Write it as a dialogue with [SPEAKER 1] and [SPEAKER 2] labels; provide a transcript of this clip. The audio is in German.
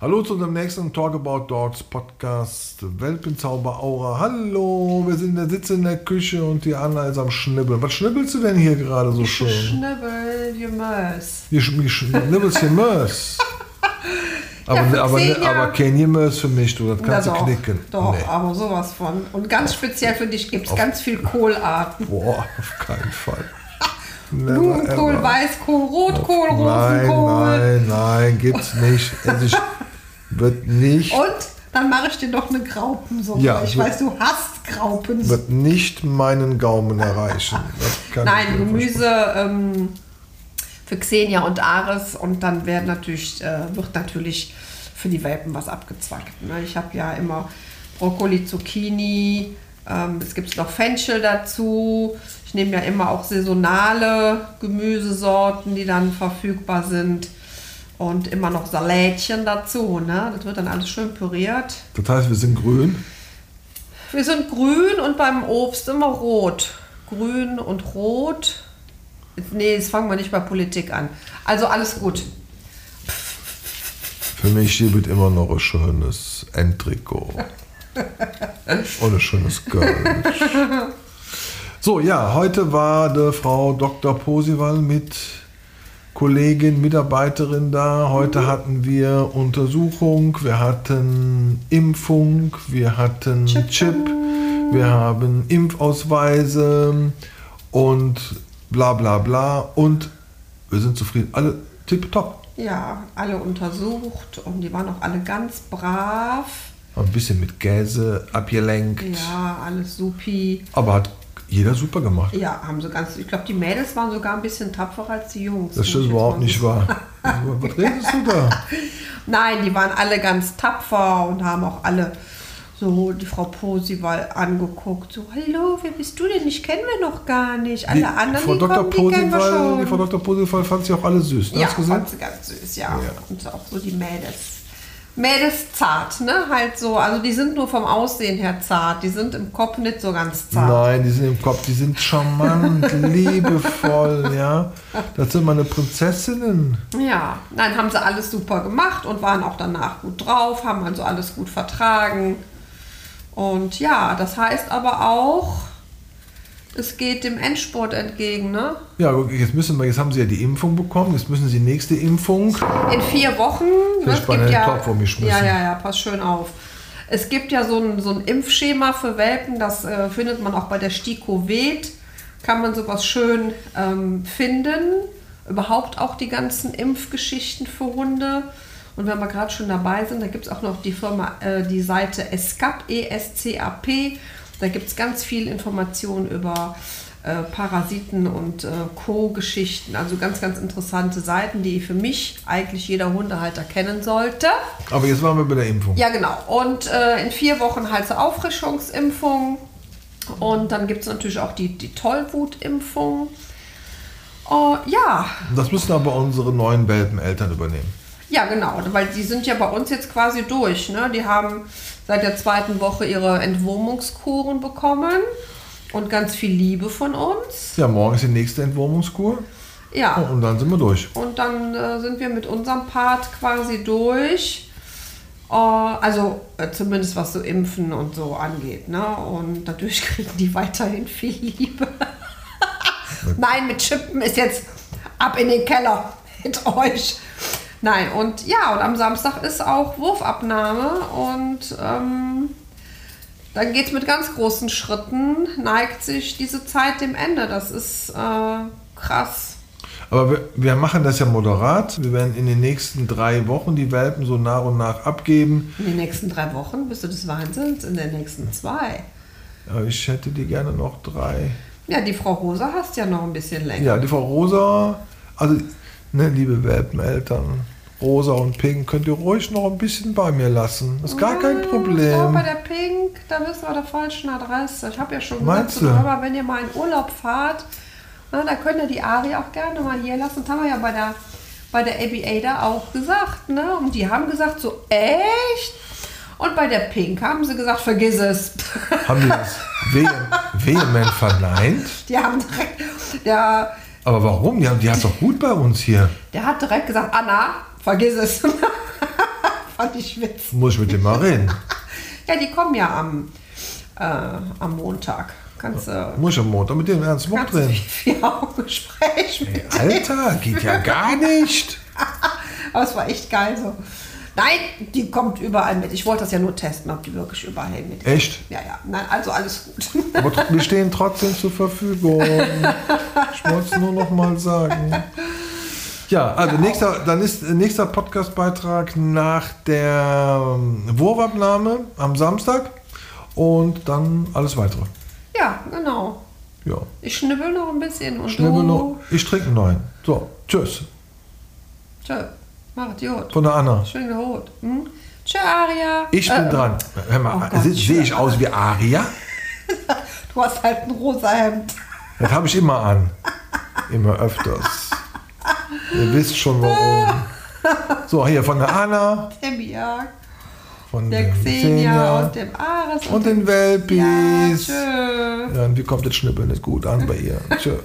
[SPEAKER 1] Hallo zu unserem nächsten Talk About Dogs Podcast Welpenzauber Aura. Hallo, wir sind in der Sitze in der Küche und die Anna ist am Schnibbeln. Was schnibbelst du denn hier gerade so schön?
[SPEAKER 2] Schnibbel, you must.
[SPEAKER 1] Hier sch- hier schnibbelst hier Mörs. Aber, ne,
[SPEAKER 2] für
[SPEAKER 1] aber,
[SPEAKER 2] zehn Jahre.
[SPEAKER 1] aber Kenya Mörs für mich, du, das
[SPEAKER 2] Na
[SPEAKER 1] kannst du
[SPEAKER 2] doch,
[SPEAKER 1] knicken.
[SPEAKER 2] Doch,
[SPEAKER 1] Nee.
[SPEAKER 2] aber sowas von. Und ganz speziell für dich gibt es ganz viel Kohlarten.
[SPEAKER 1] Boah, auf keinen Fall.
[SPEAKER 2] Blumenkohl,
[SPEAKER 1] ever.
[SPEAKER 2] Weißkohl, Rotkohl,
[SPEAKER 1] Nein,
[SPEAKER 2] Rosenkohl.
[SPEAKER 1] nein, nein, gibt's nicht. Es ist, wird nicht,
[SPEAKER 2] Und dann mache ich dir noch eine Graupensuppe.
[SPEAKER 1] Ja,
[SPEAKER 2] ich
[SPEAKER 1] so-
[SPEAKER 2] weiß, du hasst Graupensuppe.
[SPEAKER 1] wird nicht meinen Gaumen erreichen. Das kann ich
[SPEAKER 2] Nein,
[SPEAKER 1] dir
[SPEAKER 2] Gemüse ähm, für Xenia und Ares und dann werden natürlich, äh, wird natürlich für die Welpen was abgezwackt. Ne? Ich habe ja immer Brokkoli, Zucchini, ähm, es gibt noch Fenchel dazu. Ich nehme ja immer auch saisonale Gemüsesorten, die dann verfügbar sind. Und immer noch Salätchen dazu. Ne? Das wird dann alles schön püriert.
[SPEAKER 1] Das heißt, wir sind grün.
[SPEAKER 2] Wir sind grün und beim Obst immer rot. Grün und rot. Jetzt, nee, jetzt fangen wir nicht bei Politik an. Also alles gut.
[SPEAKER 1] Für mich gibt es immer noch ein schönes Endtrikot. Und ein schönes Kölsch. So, ja, heute war die Frau Dr. Posival mit Kollegin, Mitarbeiterin da. Heute hatten wir Untersuchung, wir hatten Impfung, wir hatten Chip, wir haben Impfausweise und bla bla bla. Und wir sind zufrieden. Alle tipptopp.
[SPEAKER 2] Ja, alle untersucht und die waren auch alle ganz brav.
[SPEAKER 1] Ein bisschen mit Gäse abgelenkt.
[SPEAKER 2] Ja, alles supi.
[SPEAKER 1] Aber hat jeder super gemacht.
[SPEAKER 2] Ja, haben so ganz. Ich glaube, die Mädels waren sogar ein bisschen tapferer als die Jungs.
[SPEAKER 1] Das
[SPEAKER 2] muss
[SPEAKER 1] ist
[SPEAKER 2] ich
[SPEAKER 1] überhaupt
[SPEAKER 2] jetzt
[SPEAKER 1] nicht
[SPEAKER 2] mal
[SPEAKER 1] wahr. Was redest du da?
[SPEAKER 2] so- Nein, die waren alle ganz tapfer und haben auch alle so die Frau Posival angeguckt. So, hallo, wer bist du denn? Ich kennen wir noch gar nicht. Alle
[SPEAKER 1] Die
[SPEAKER 2] anderen,
[SPEAKER 1] Frau
[SPEAKER 2] die
[SPEAKER 1] Dr.
[SPEAKER 2] kommen, die kennen wir
[SPEAKER 1] Poseval-
[SPEAKER 2] schon.
[SPEAKER 1] die Frau Dr. Poseval fand sie auch alle süß. Ne?
[SPEAKER 2] Ja,
[SPEAKER 1] Hast du gesehen?
[SPEAKER 2] fand sie ganz süß, ja.
[SPEAKER 1] Ja.
[SPEAKER 2] Und auch so die Mädels. Mädels zart, ne? Halt so, also die sind nur vom Aussehen her zart, die sind im Kopf nicht so ganz zart.
[SPEAKER 1] Nein, die sind im Kopf, die sind charmant, liebevoll, ja. Das sind meine Prinzessinnen.
[SPEAKER 2] Ja, nein, haben sie alles super gemacht und waren auch danach gut drauf, haben also alles gut vertragen. Und ja, das heißt aber auch, es geht dem Endsport entgegen, ne?
[SPEAKER 1] Ja, guck, jetzt müssen wir, jetzt haben sie ja die Impfung bekommen, jetzt müssen sie die nächste Impfung.
[SPEAKER 2] in vier Wochen. ne?
[SPEAKER 1] Fisch bei den Topf um umgeschmissen.
[SPEAKER 2] ja, ja, ja, pass schön auf. Es gibt ja so ein, so ein Impfschema für Welpen, das äh, findet man auch bei der Stiko Wed. Kann man sowas schön ähm, finden. Überhaupt auch die ganzen Impfgeschichten für Hunde. Und wenn wir gerade schon dabei sind, da gibt es auch noch die Firma, äh, die Seite E ESCAP, E-S-C-A-P. Da gibt es ganz viel Informationen über äh, Parasiten und äh, Co-Geschichten. Also ganz, ganz interessante Seiten, die für mich eigentlich jeder Hundehalter kennen sollte.
[SPEAKER 1] Aber jetzt waren wir bei der Impfung.
[SPEAKER 2] Ja, genau. Und äh, in vier Wochen halt zur Auffrischungsimpfung. Und dann gibt es natürlich auch die, die Tollwutimpfung. Oh, ja,
[SPEAKER 1] Das müssen aber unsere neuen Welpeneltern übernehmen.
[SPEAKER 2] ja, genau, weil die sind ja bei uns jetzt quasi durch. Ne? Die haben seit der zweiten Woche ihre Entwurmungskuren bekommen und ganz viel Liebe von uns.
[SPEAKER 1] Ja, morgen ist die nächste Entwurmungskur
[SPEAKER 2] Ja.
[SPEAKER 1] und dann sind wir durch.
[SPEAKER 2] Und dann äh, sind wir mit unserem Part quasi durch. Äh, also äh, zumindest was so Impfen und so angeht. Ne? Und natürlich kriegen die weiterhin viel Liebe. Nein, mit Chippen ist jetzt ab in den Keller mit euch. Nein, und ja, und am Samstag ist auch Wurfabnahme und ähm, dann geht es mit ganz großen Schritten, neigt sich diese Zeit dem Ende. Das ist äh, krass.
[SPEAKER 1] Aber wir, wir machen das ja moderat. Wir werden in den nächsten drei Wochen die Welpen so nach und nach abgeben.
[SPEAKER 2] In den nächsten drei Wochen bist du des Wahnsinns, in den nächsten zwei.
[SPEAKER 1] Aber ich hätte die gerne noch drei.
[SPEAKER 2] Ja, die Frau Rosa hast ja noch ein bisschen länger.
[SPEAKER 1] Ja, die Frau Rosa, also, ne, liebe Welpeneltern, Rosa und Pink, könnt ihr ruhig noch ein bisschen bei mir lassen. Ist gar kein
[SPEAKER 2] So, Hm, bei
[SPEAKER 1] Problem.
[SPEAKER 2] der Pink, da bist du bei der falschen Adresse. Ich habe ja schon gesagt,
[SPEAKER 1] Meinst
[SPEAKER 2] zu
[SPEAKER 1] du?
[SPEAKER 2] Laura, wenn ihr mal in Urlaub fahrt, na, da könnt ihr die Ari auch gerne mal hier lassen. Das haben wir ja bei der, bei der Abby Ada auch gesagt. Ne? Und die haben gesagt, so echt? Und bei der Pink haben sie gesagt, vergiss es.
[SPEAKER 1] Haben die das vehe- vehement verneint?
[SPEAKER 2] die haben direkt, der,
[SPEAKER 1] Aber warum? Die, haben- die hat es doch gut bei uns hier.
[SPEAKER 2] der hat direkt gesagt, Anna, vergiss es. fand ich witzig.
[SPEAKER 1] Muss ich mit dem mal reden?
[SPEAKER 2] Ja, die kommen ja am, äh, am Montag. Kannst du
[SPEAKER 1] Muss ich am Montag mit dem Ernst Mock
[SPEAKER 2] kannst du
[SPEAKER 1] drehen?
[SPEAKER 2] viel auch Gespräch mit.
[SPEAKER 1] Alter, geht ja gar nicht.
[SPEAKER 2] Aber es war echt geil so. Nein, die kommt überall mit. Ich wollte das ja nur testen, ob die wirklich überall mit. ist.
[SPEAKER 1] Echt?
[SPEAKER 2] Ja, ja. Nein, also alles gut.
[SPEAKER 1] Aber tr- wir stehen trotzdem zur Verfügung. Ich wollte es nur noch mal sagen. Ja, also nächster, dann ist äh, nächster Podcast-Beitrag nach der ähm, Wurfabnahme am Samstag und dann alles weitere.
[SPEAKER 2] Ja, genau.
[SPEAKER 1] Ja,
[SPEAKER 2] Ich schnibbel noch ein bisschen und
[SPEAKER 1] schnell
[SPEAKER 2] du.
[SPEAKER 1] noch. Ich trinke einen neuen. So, tschüss.
[SPEAKER 2] Tschö. Macht's gut.
[SPEAKER 1] Von der Anna.
[SPEAKER 2] Schön geholt. Hm? Tschö, Aria.
[SPEAKER 1] Ich bin
[SPEAKER 2] Äh,
[SPEAKER 1] dran. Hör
[SPEAKER 2] oh
[SPEAKER 1] mal,
[SPEAKER 2] Gott,
[SPEAKER 1] se- sehe ich
[SPEAKER 2] schön.
[SPEAKER 1] aus wie Aria?
[SPEAKER 2] Du hast halt ein rosa Hemd.
[SPEAKER 1] Das habe ich immer an. Immer öfters. Ihr wisst schon warum. So, hier von der Anna,
[SPEAKER 2] Dem Jagd.
[SPEAKER 1] von
[SPEAKER 2] Der
[SPEAKER 1] dem
[SPEAKER 2] Xenia
[SPEAKER 1] Xenia
[SPEAKER 2] und dem Ares
[SPEAKER 1] und den
[SPEAKER 2] Ja,
[SPEAKER 1] Welpis.
[SPEAKER 2] tschö.
[SPEAKER 1] Ja, und wie kommt das Schnippeln? Ist gut an bei ihr. Tschö.